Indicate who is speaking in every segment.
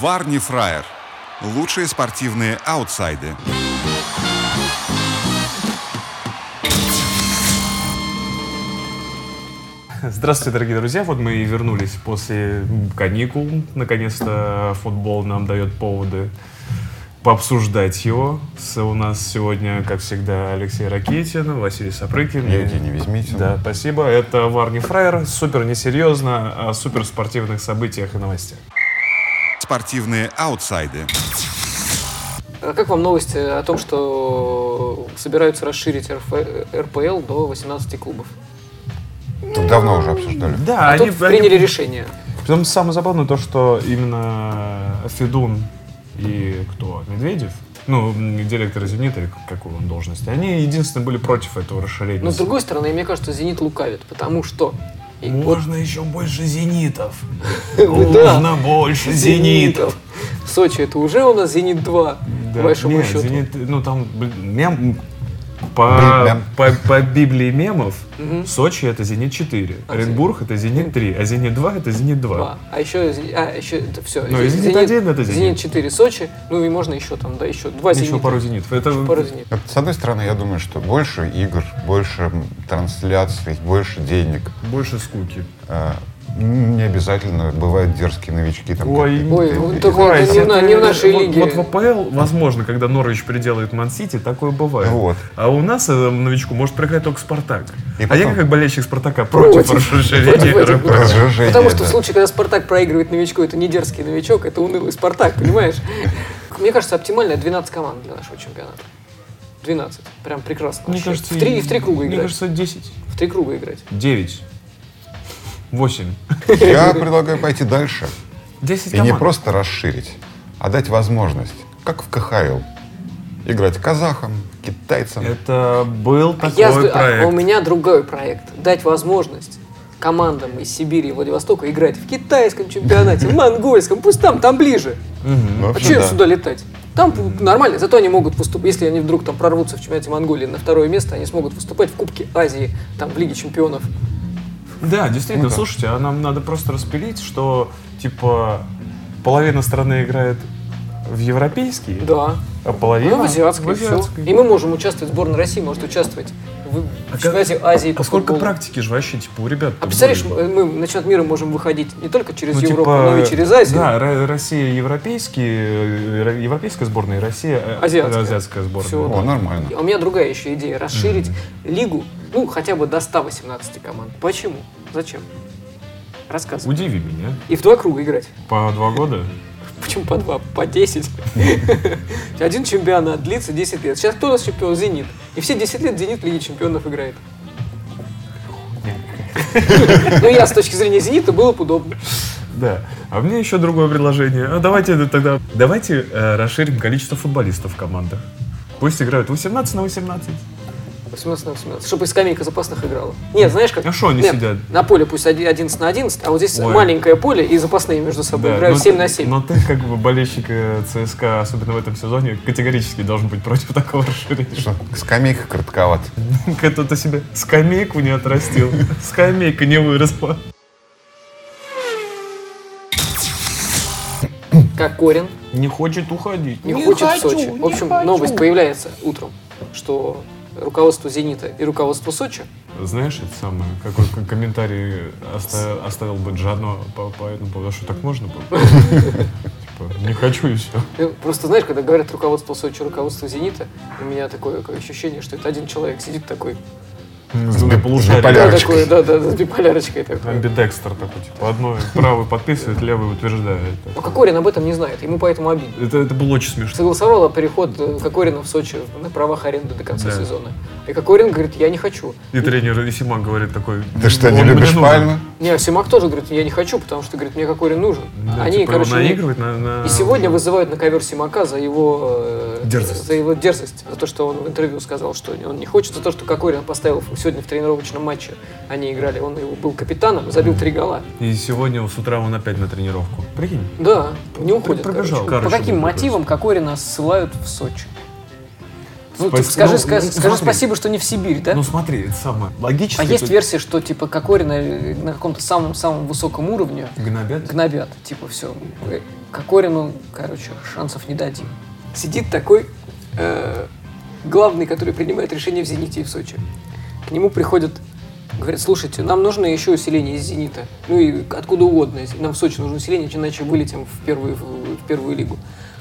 Speaker 1: Варни Фраер. Лучшие спортивные аутсайды.
Speaker 2: Здравствуйте, дорогие друзья. Вот мы и вернулись после каникул. Наконец-то футбол нам дает поводы пообсуждать его. С- у нас сегодня, как всегда, Алексей Ракетин, Василий Сапрыкин.
Speaker 3: Я Евгений Везмитин.
Speaker 2: Да, спасибо. Это Варни Фраер. Супер несерьезно о суперспортивных событиях и новостях.
Speaker 1: Спортивные аутсайды.
Speaker 4: А Как вам новости о том, что собираются расширить РФ РПЛ до 18 клубов?
Speaker 3: Тут давно уже обсуждали.
Speaker 2: Да,
Speaker 4: А тут приняли решение.
Speaker 2: Притом самое забавное то, что именно Федун и кто? Медведев? Ну, м, директор «Зенита» или какую он должность. Они единственные были против этого расширения.
Speaker 4: Но с Ну, другой стороны, мне кажется, «Зенит» лукавит, потому что... и вот
Speaker 2: Можно еще больше «Зенитов». ну,
Speaker 4: Да.
Speaker 2: Нужно больше «Зенитов».
Speaker 4: «Зенитов». В Сочи это уже у нас «Зенит-2»,
Speaker 2: Да,
Speaker 4: по большому
Speaker 2: нет,
Speaker 4: счету.
Speaker 2: «Зенит», ну там, блин, мем, по,
Speaker 3: Мем.
Speaker 2: по, по Библии мемов,
Speaker 4: Мгм.
Speaker 2: Сочи это «Зенит-4»,
Speaker 4: А
Speaker 2: Оренбург это «Зенит-3», а «Зенит-2» это «Зенит-2».
Speaker 4: Два. А еще, «Зени- а, еще это все.
Speaker 2: Ну, и «Зенит» один, это «Зенит».
Speaker 4: «Зенит» 4 Сочи, ну и можно еще там, да, еще два
Speaker 2: Еще
Speaker 4: «Зенита».
Speaker 2: пару «Зенитов». Это
Speaker 4: Пару «Зенитов».
Speaker 3: Вот, с одной стороны, я думаю, что больше игр, больше м, трансляций, больше денег.
Speaker 2: больше скуки.
Speaker 3: А, м, Не обязательно бывают дерзкие новички. Там,
Speaker 2: Ой,
Speaker 3: какие-то.
Speaker 4: Ой,
Speaker 3: Ты-
Speaker 4: вот
Speaker 3: ты-
Speaker 4: такой Ой, это не в на- не в нашей
Speaker 2: вот-
Speaker 4: лиге.
Speaker 2: Вот в АПЛ, возможно, когда Норвич приделает Ман-Сити, такое бывает.
Speaker 3: Вот.
Speaker 2: А у нас э, новичку может проиграть только Спартак. а
Speaker 3: И
Speaker 2: я
Speaker 3: потом-
Speaker 2: как болельщик Спартака против,
Speaker 4: Против.
Speaker 2: расширения
Speaker 4: Против этих,
Speaker 2: РПЛ.
Speaker 4: да.
Speaker 3: Разжижение,
Speaker 4: Потому что
Speaker 3: да.
Speaker 4: в случае, когда Спартак проигрывает новичку, это не дерзкий новичок, это унылый Спартак, понимаешь? Мне кажется, оптимально 12 команд для нашего чемпионата. 12. Прям прекрасно.
Speaker 2: Мне
Speaker 4: вообще.
Speaker 2: кажется,
Speaker 4: в, три, в три круга
Speaker 2: Мне
Speaker 4: играть.
Speaker 2: кажется, 10,
Speaker 4: В три круга играть.
Speaker 2: 9, 8,
Speaker 3: Я предлагаю пойти дальше.
Speaker 2: 10
Speaker 3: И не
Speaker 2: команд.
Speaker 3: просто расширить, а дать возможность, как в КХЛ, играть казахам, китайцам.
Speaker 2: Это был
Speaker 4: А
Speaker 2: такой
Speaker 4: я с- а
Speaker 2: проект.
Speaker 4: у меня другой проект. Дать возможность командам из Сибири и Владивостока играть в китайском чемпионате, в монгольском, пусть там, там ближе.
Speaker 3: Ну, в
Speaker 4: А
Speaker 3: общем,
Speaker 4: что им
Speaker 3: да.
Speaker 4: сюда летать? Там пу- нормально, зато они могут выступать, если они вдруг там прорвутся в чемпионате Монголии на второе место, они смогут выступать в Кубке Азии, там в Лиге Чемпионов.
Speaker 2: Да,
Speaker 3: Ну
Speaker 2: действительно, слушайте, а нам надо просто распилить, что, типа, половина страны играет в европейский,
Speaker 4: Да.
Speaker 2: а половина
Speaker 4: Ну, в азиатской,
Speaker 2: в азиатский.
Speaker 4: всё. И мы можем участвовать, сборная России может участвовать в, в чемпионате Азии по
Speaker 2: А сколько
Speaker 4: футболу.
Speaker 2: практики же вообще, типа, у ребят?
Speaker 4: А представляешь, мы на чемпионат мира можем выходить не только через Европу, но и через Азию.
Speaker 2: Ну, типа, Да, Ро- Россия европейские, э, ро- европейская сборная, и Россия э,
Speaker 4: Азиатская.
Speaker 2: азиатская сборная.
Speaker 4: Всё.
Speaker 3: О, нормально.
Speaker 4: А у меня другая еще идея. Расширить лигу, ну, хотя бы до 118 команд. Почему? Зачем? Рассказывай.
Speaker 2: Удиви меня.
Speaker 4: И в два круга играть.
Speaker 2: По два года.
Speaker 4: Почему по два? По 10. Один чемпионат длится 10 лет. Сейчас кто у нас чемпион? Зенит. И все 10 лет Зенит в Лиге чемпионов играет. Ну, я с точки зрения Зенита было бы удобно.
Speaker 2: Да. А мне еще другое предложение. А давайте это тогда. Давайте э, расширим количество футболистов в командах. Пусть играют 18 на 18.
Speaker 4: 18 на 18. Чтобы и скамейка запасных играла. Нет, знаешь как?
Speaker 2: А шо они
Speaker 4: Нет,
Speaker 2: сидят?
Speaker 4: На поле пусть оди- 11 на 11, а вот здесь
Speaker 2: Ой.
Speaker 4: маленькое поле и запасные между
Speaker 2: Да,
Speaker 4: собой
Speaker 2: ну,
Speaker 4: играют
Speaker 2: но-
Speaker 4: 7 на 7.
Speaker 2: Но ты, как бы болельщик э, ЦСКА, особенно в этом сезоне, категорически должен быть против такого расширения.
Speaker 3: Что, скамейка коротковат.
Speaker 2: Кто-то себе скамейку не отрастил. Скамейка не выросла.
Speaker 4: Как Корин
Speaker 2: Не хочет уходить.
Speaker 4: не, хочет в Сочи. В общем, новость появляется утром, что руководство «Зенита» и руководство «Сочи»
Speaker 2: Знаешь, это самое, какой к- комментарий оста- оставил бы Джано по, по этому поводу, что так можно было? Типа, не хочу и все.
Speaker 4: Ну, Просто знаешь, когда говорят руководство Сочи, руководство Зенита, у меня такое как ощущение, что это один человек сидит такой,
Speaker 3: Ну,
Speaker 2: С
Speaker 3: с
Speaker 4: да,
Speaker 3: биполярочкой.
Speaker 4: такой, да, да, да, с биполярочкой такой.
Speaker 2: Амбидекстер такой, типа, одной правый подписывает, левый утверждает.
Speaker 4: Но Ну, Кокорин об этом не знает, ему поэтому обидно.
Speaker 2: Это, это было очень смешно.
Speaker 4: Согласовала переход э, Кокорина в Сочи на правах аренды до конца
Speaker 2: Да.
Speaker 4: сезона. И Кокорин говорит, я не хочу.
Speaker 2: И тренер Исимак говорит такой... «Ну,
Speaker 3: Ты что, не
Speaker 2: «Он мне
Speaker 3: любишь
Speaker 2: нужен».
Speaker 3: пальмы?
Speaker 4: Не, Симак тоже говорит, я не хочу, потому что, говорит, мне Кокорин нужен.
Speaker 2: Да,
Speaker 4: Они,
Speaker 2: типа, его
Speaker 4: короче, не-
Speaker 2: наигрывать на, на-
Speaker 4: И сегодня вызывают на ковер Симака за его э,
Speaker 2: Дерзость.
Speaker 4: за его дерзость, за то, что он в интервью сказал, что он не хочет, за то, что Кокорин поставил сегодня в тренировочном матче, они играли, он его был капитаном, забил три гола.
Speaker 2: И сегодня с утра он опять на тренировку. Прикинь.
Speaker 4: Да, не уходит.
Speaker 2: пробежал,
Speaker 4: короче.
Speaker 2: короче,
Speaker 4: По каким
Speaker 2: вот это
Speaker 4: мотивам Кокорина ссылают в Сочи? Ну,
Speaker 2: Спас-
Speaker 4: типа, скажи,
Speaker 2: ну,
Speaker 4: ска-
Speaker 2: ну,
Speaker 4: скажи
Speaker 2: смотри.
Speaker 4: спасибо, что не в Сибирь, да?
Speaker 2: Ну смотри, это самое. Логически.
Speaker 4: а есть
Speaker 2: тут
Speaker 4: версия, что типа Кокорина на каком-то самом-самом высоком уровне
Speaker 2: гнобят.
Speaker 4: гнобят. Типа все. Кокорину, ну, короче, шансов не дадим. Сидит такой э, главный, который принимает решение в «Зените» и в Сочи. К нему приходят, говорят, слушайте, нам нужно еще усиление из «Зенита». Ну и откуда угодно. Если Нам в Сочи нужно усиление, иначе вылетим в первую, в первую лигу.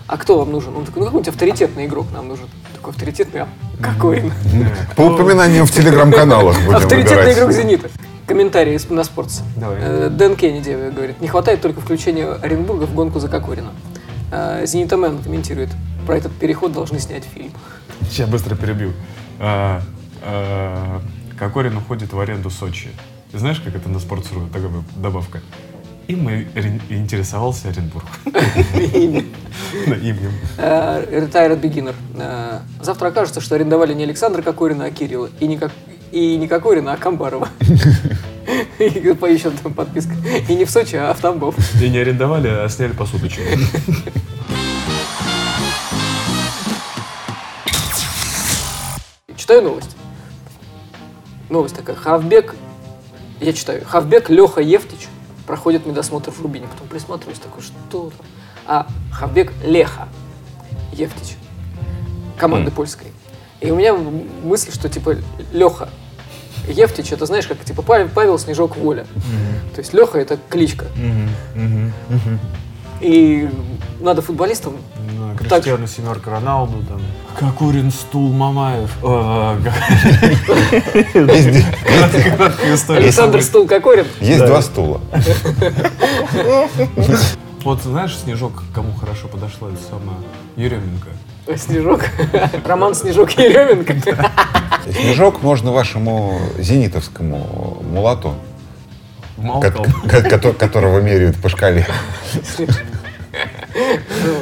Speaker 4: А кто вам нужен? Он такой, ну какой-нибудь авторитетный игрок нам нужен. Такой авторитетный, а Кокорин.
Speaker 3: По упоминаниям в телеграм-каналах будем
Speaker 4: Авторитетный
Speaker 3: выбирать.
Speaker 4: игрок «Зенита». Комментарий из- на спортс.
Speaker 2: Давай.
Speaker 4: Э, Дэн Кеннеди говорит, не хватает только включения Оренбурга в гонку за Кокорина. Э, «Зенитомен» комментирует, про этот переход должны снять фильм.
Speaker 2: Сейчас быстро перебью. А, а, Кокорин уходит в аренду Сочи. Ты знаешь, как это на спортсру такая добавка? Им и рен- и интересовался Оренбург. Да, Им, им.
Speaker 4: Э, Retired Beginner. Э, Завтра окажется, что арендовали не Александра Кокорина, а Кирилла. И не, Кок- и не Кокорина, а Камбарова. И по- еще там подписка. И не в Сочи, а в Тамбов.
Speaker 2: И не арендовали, а сняли посудочку.
Speaker 4: Читаю новость. Новость такая. Хавбек, я читаю, Хавбек Леха Евтич проходит медосмотр в Рубине. Потом присматриваюсь, такой, что там? А Хавбек Леха Евтич. Команды польской. И у меня м- мысль, что типа Леха Евтич, это знаешь, как типа Павел, Павел Снежок Воля. То есть Леха это кличка. И надо футболистам
Speaker 2: Ну,
Speaker 4: Так.
Speaker 2: Криштиану семерка Роналду там. Кокорин стул Мамаев. А, как-
Speaker 3: Есть де-
Speaker 2: Краткая история.
Speaker 4: Александр Стул Кокорин.
Speaker 3: Есть два стула.
Speaker 2: Вот знаешь, Снежок, кому хорошо подошла эта самая Еременко?
Speaker 4: Ой, Снежок. Роман Снежок Еременко.
Speaker 3: Снежок можно вашему зенитовскому мулату, ко-
Speaker 2: Малком.
Speaker 3: ко- кото- которого меряют по шкале.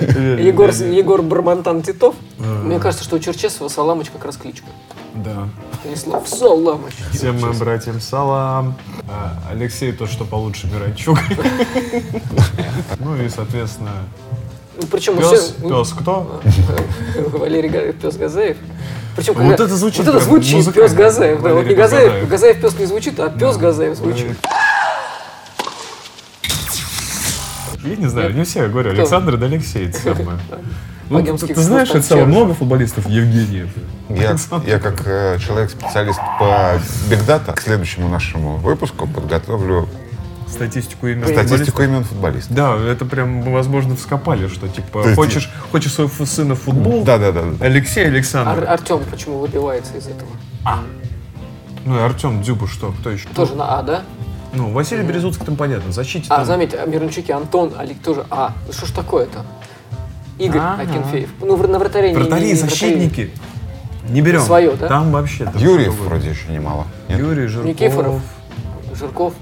Speaker 4: Егор, Егор Бармантан Титов.
Speaker 2: А.
Speaker 4: Мне кажется, что у Черчесова Саламыч как раз кличка.
Speaker 2: Да.
Speaker 4: Станислав Саламыч.
Speaker 2: Всем моим братьям салам. А, Алексей то, что получше Миранчук. Ну и, соответственно,
Speaker 4: Ну, Причем у
Speaker 2: пес,
Speaker 4: всех- у-
Speaker 2: пес кто?
Speaker 4: Валерий Га- Пес Газаев. Причем,
Speaker 2: Вот
Speaker 4: когда,
Speaker 2: это звучит
Speaker 4: Вот это
Speaker 2: прям
Speaker 4: звучит
Speaker 2: музыкально.
Speaker 4: пес Газаев. Да, вот
Speaker 2: Валерий
Speaker 4: не Газаев,
Speaker 2: Газаев.
Speaker 4: Газаев пес не звучит, а пес Газаев звучит.
Speaker 2: Я не знаю, не все, я говорю,
Speaker 4: Кто?
Speaker 2: Александр да Алексей, это самое. Ну, ты,
Speaker 4: Богемский
Speaker 2: ты знаешь, это самое
Speaker 4: Константин.
Speaker 2: много футболистов Евгения.
Speaker 3: Я, я как э, человек-специалист по бигдата к следующему нашему выпуску подготовлю
Speaker 2: Статистику именно
Speaker 3: статистику имен футболистов.
Speaker 2: Да, это прям, возможно, вскопали, что типа
Speaker 3: То есть-
Speaker 2: хочешь, хочешь своего фу- сына в футбол?
Speaker 3: Да, да, да. да.
Speaker 2: Алексей
Speaker 4: Ар-
Speaker 2: Александр.
Speaker 4: Артем почему выбивается из этого?
Speaker 2: Ну и Артем Дзюба, что? Кто еще?
Speaker 4: Тоже на А, да?
Speaker 2: Ну, Василий Березуцкий там понятно, защите
Speaker 4: А,
Speaker 2: там.
Speaker 4: заметь, а Мирончуки Антон, Алик тоже А. Ну что ж такое-то? Игорь Акинфеев. Ну, вр- на вратаре не- не-
Speaker 2: Вратари,
Speaker 4: не вратари.
Speaker 2: защитники. Не берем.
Speaker 4: Своё, да?
Speaker 2: Там вообще. там
Speaker 3: Юрьев
Speaker 2: другое.
Speaker 3: вроде еще немало. Нет?
Speaker 2: Юрий Жирков.
Speaker 4: Никифоров. Жирков.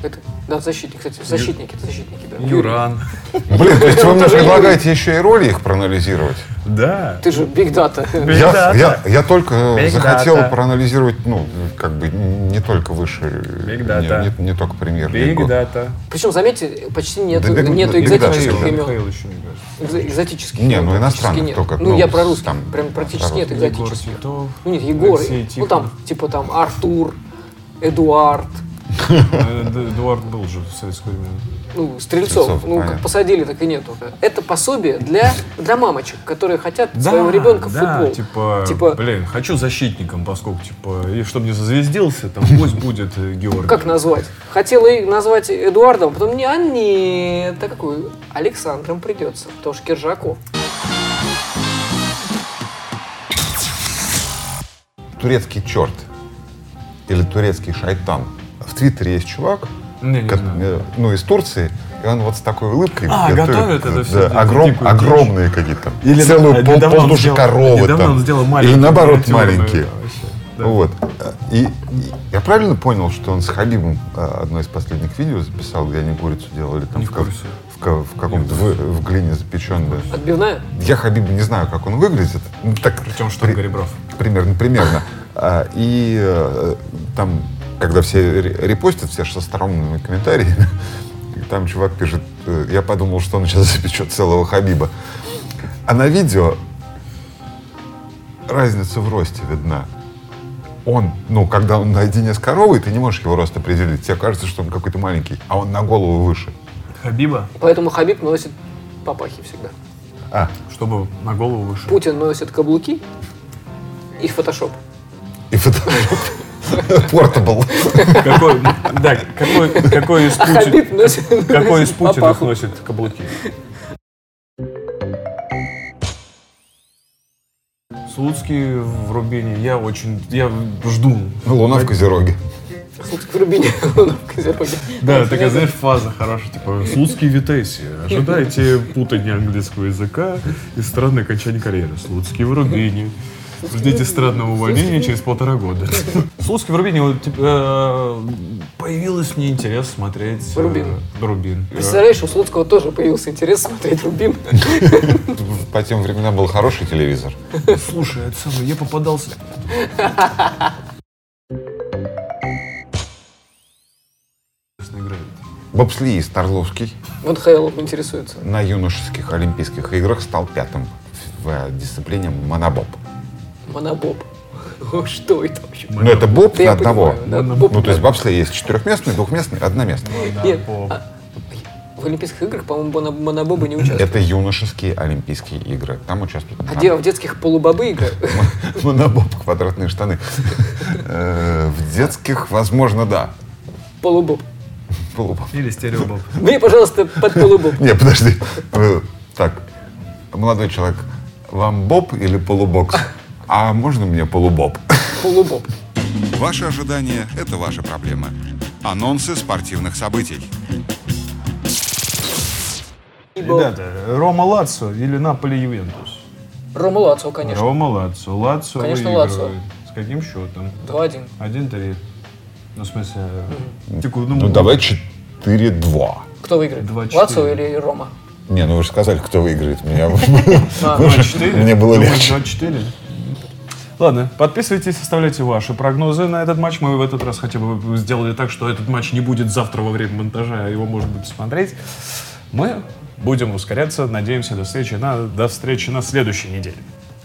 Speaker 4: Это, да, защитник, кстати. Защитники, это защитники, да. Юрий,
Speaker 2: Юран.
Speaker 3: Блин, то есть вы мне
Speaker 4: Тоже
Speaker 3: предлагаете еще и роли их проанализировать?
Speaker 2: Да.
Speaker 4: Ты же биг дата.
Speaker 3: Я,
Speaker 2: Бигдата.
Speaker 3: я, я только э,
Speaker 2: Бигдата.
Speaker 3: захотел проанализировать, ну, как бы не только выше, э,
Speaker 2: Бигдата.
Speaker 3: не, не- не только премьер
Speaker 2: Биг
Speaker 3: лигу.
Speaker 2: дата.
Speaker 4: Причем, заметьте, почти нету,
Speaker 3: Да, да,
Speaker 4: нету
Speaker 3: да,
Speaker 4: экзотических
Speaker 3: да,
Speaker 4: имен.
Speaker 2: Михаил еще, мне кажется.
Speaker 4: Экзо- Экзотических
Speaker 3: Не,
Speaker 4: имен
Speaker 3: ну,
Speaker 4: практически
Speaker 3: иностранных
Speaker 4: нет.
Speaker 3: только,
Speaker 4: Ну,
Speaker 3: ну,
Speaker 4: я про русских.
Speaker 3: там,
Speaker 4: Прям практически нет
Speaker 3: здоровых.
Speaker 2: Егор
Speaker 4: экзотических.
Speaker 2: Светов.
Speaker 4: Ну, нет, Егор.
Speaker 2: Алексей
Speaker 4: Ну,
Speaker 2: Тихонов.
Speaker 4: там, типа там Артур, Эдуард,
Speaker 2: Э, Д- Эдуард был же в советское время.
Speaker 4: ну, Стрельцов.
Speaker 3: Стрельцов,
Speaker 4: ну, как
Speaker 3: понятно.
Speaker 4: посадили, так и нету. Это пособие для, для мамочек, которые хотят
Speaker 2: Да,
Speaker 4: своего ребенка в
Speaker 2: да,
Speaker 4: футбол.
Speaker 2: Типа,
Speaker 4: Типа-
Speaker 2: блин, хочу защитником, поскольку, типа, и чтобы не зазвездился, там пусть будет э, Георгий.
Speaker 4: Как назвать? Хотела их назвать Эдуардом, потом не, а нет, а какую? Александром придется, потому что Киржаков.
Speaker 3: Турецкий черт или турецкий шайтан. В Твиттере есть чувак,
Speaker 2: Не, не
Speaker 3: ко-
Speaker 2: знаю.
Speaker 3: э, ну, из Турции, и он вот с такой улыбкой э,
Speaker 2: А, готовит это всё,
Speaker 3: да,
Speaker 2: да,
Speaker 3: огром-
Speaker 2: дикую
Speaker 3: огромные какие-то.
Speaker 2: Или, э,
Speaker 3: целую пол,
Speaker 2: недавно он
Speaker 3: полдуши
Speaker 2: сделал-
Speaker 3: коровы
Speaker 2: недавно
Speaker 3: там.
Speaker 2: он сделал
Speaker 3: Или
Speaker 2: маленькие
Speaker 3: наоборот
Speaker 2: миниатюрные,
Speaker 3: маленькие.
Speaker 2: да, вообще, да.
Speaker 3: Вот. И, и я правильно понял, что он с Хабибом э, одно из последних видео записал, где они курицу делали там
Speaker 2: Не в
Speaker 3: ка-
Speaker 2: курсе.
Speaker 3: в ка- в каком-то в, в глине запеченную.
Speaker 4: Отбивная?
Speaker 3: Я Хабиба не знаю, как он выглядит. Ну, так,
Speaker 2: Причем, что
Speaker 3: при-
Speaker 2: Гребров.
Speaker 3: Примерно, примерно. А, И э, там, когда все ре- репостят, все же со сторонними комментариями, и там чувак пишет, э, я подумал, что он сейчас запечет целого Хабиба. А на видео разница в росте видна. Он, ну, когда он наедине с коровой, ты не можешь его рост определить. Тебе кажется, что он какой-то маленький, а он на голову выше.
Speaker 2: Хабиба,
Speaker 4: Поэтому Хабиб носит папахи всегда.
Speaker 3: А,
Speaker 2: чтобы на голову выше.
Speaker 4: Путин носит каблуки и фотошоп.
Speaker 3: и фотошоп. Портабл.
Speaker 2: Какой, да, какой, какой из
Speaker 4: А Хабиб
Speaker 2: Путин,
Speaker 4: носит,
Speaker 2: какой из Путиных
Speaker 4: папаху.
Speaker 2: носит каблуки? Слуцкий в Рубине. Я очень, я жду.
Speaker 3: Луна в Козероге.
Speaker 4: Слуцкий в Рубине, Луна в Козероге.
Speaker 2: Да, такая, знаешь, фаза хорошая, типа «Слуцкий Витесси, ожидайте путания английского языка и странное окончание карьеры. Слуцкий в Рубине, ждите странного увольнения через полтора года». Слуцкий в Рубине, вот, типа, э, появилось мне интерес смотреть... э,
Speaker 4: Рубин.
Speaker 2: Рубин.
Speaker 4: Представляешь, у Слуцкого тоже появился интерес смотреть Рубин.
Speaker 3: По тем временам был хороший телевизор.
Speaker 2: Слушай, это самое, я попадался... Красная гравит.
Speaker 3: Бобслеист Орловский
Speaker 4: Вот Хейлов интересуется.
Speaker 3: на юношеских Олимпийских играх стал пятым в дисциплине монобоб.
Speaker 4: Монобоб. О, Что это вообще?
Speaker 3: Ну, это боб
Speaker 4: Да я
Speaker 3: на одного.
Speaker 4: понимаю, да,
Speaker 2: Ну,
Speaker 4: боб,
Speaker 3: Ну, то есть
Speaker 4: да.
Speaker 3: бобслей есть четырехместный, двухместный, одноместный.
Speaker 4: Нет,
Speaker 2: боб.
Speaker 4: а, в Олимпийских играх, по-моему, моно- монобобы не участвуют.
Speaker 3: Это юношеские Олимпийские игры. Там участвуют
Speaker 4: А
Speaker 3: мон-
Speaker 4: дело в детских полубобы играх.
Speaker 3: монобоб, квадратные штаны. Э, В детских, возможно, да.
Speaker 4: Полубоб.
Speaker 3: Полубоб.
Speaker 2: Или стереобоб.
Speaker 4: Мне, пожалуйста, под полубоб.
Speaker 3: Не, подожди. Э, Так, молодой человек, вам боб или полубокс? А можно мне полубоб?
Speaker 4: Полубоб.
Speaker 1: Ваши ожидания – это ваша проблема. Анонсы спортивных событий.
Speaker 4: Ибо
Speaker 2: Ребята, Рома Лацо или Наполи Ювентус?
Speaker 4: Рома Лацио, конечно.
Speaker 2: Рома Лацо. Лацо
Speaker 4: Конечно,
Speaker 2: выигрывает.
Speaker 4: Лацо.
Speaker 2: С каким счетом?
Speaker 4: 2-1.
Speaker 2: 1-3. Ну, в смысле... секунду,
Speaker 3: Ну, давай 4-2.
Speaker 4: Кто выиграет?
Speaker 2: 2-4.
Speaker 4: Лацио или Рома?
Speaker 3: Не, ну вы же сказали, кто выиграет. Меня
Speaker 2: 2-4?
Speaker 3: Мне было
Speaker 2: Думаешь,
Speaker 3: легче.
Speaker 2: 2-4? Ну, Ладно, подписывайтесь, оставляйте ваши прогнозы на этот матч. Мы в этот раз хотя бы сделали так, что этот матч не будет завтра во время монтажа, а его можно будет смотреть. Мы будем ускоряться. Надеемся, до встречи на, до встречи на следующей неделе.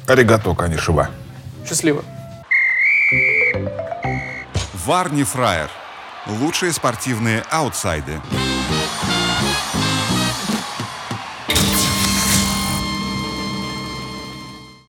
Speaker 3: Аригато, конечно.
Speaker 4: Счастливо.
Speaker 1: Варни Фраер. Лучшие спортивные аутсайды.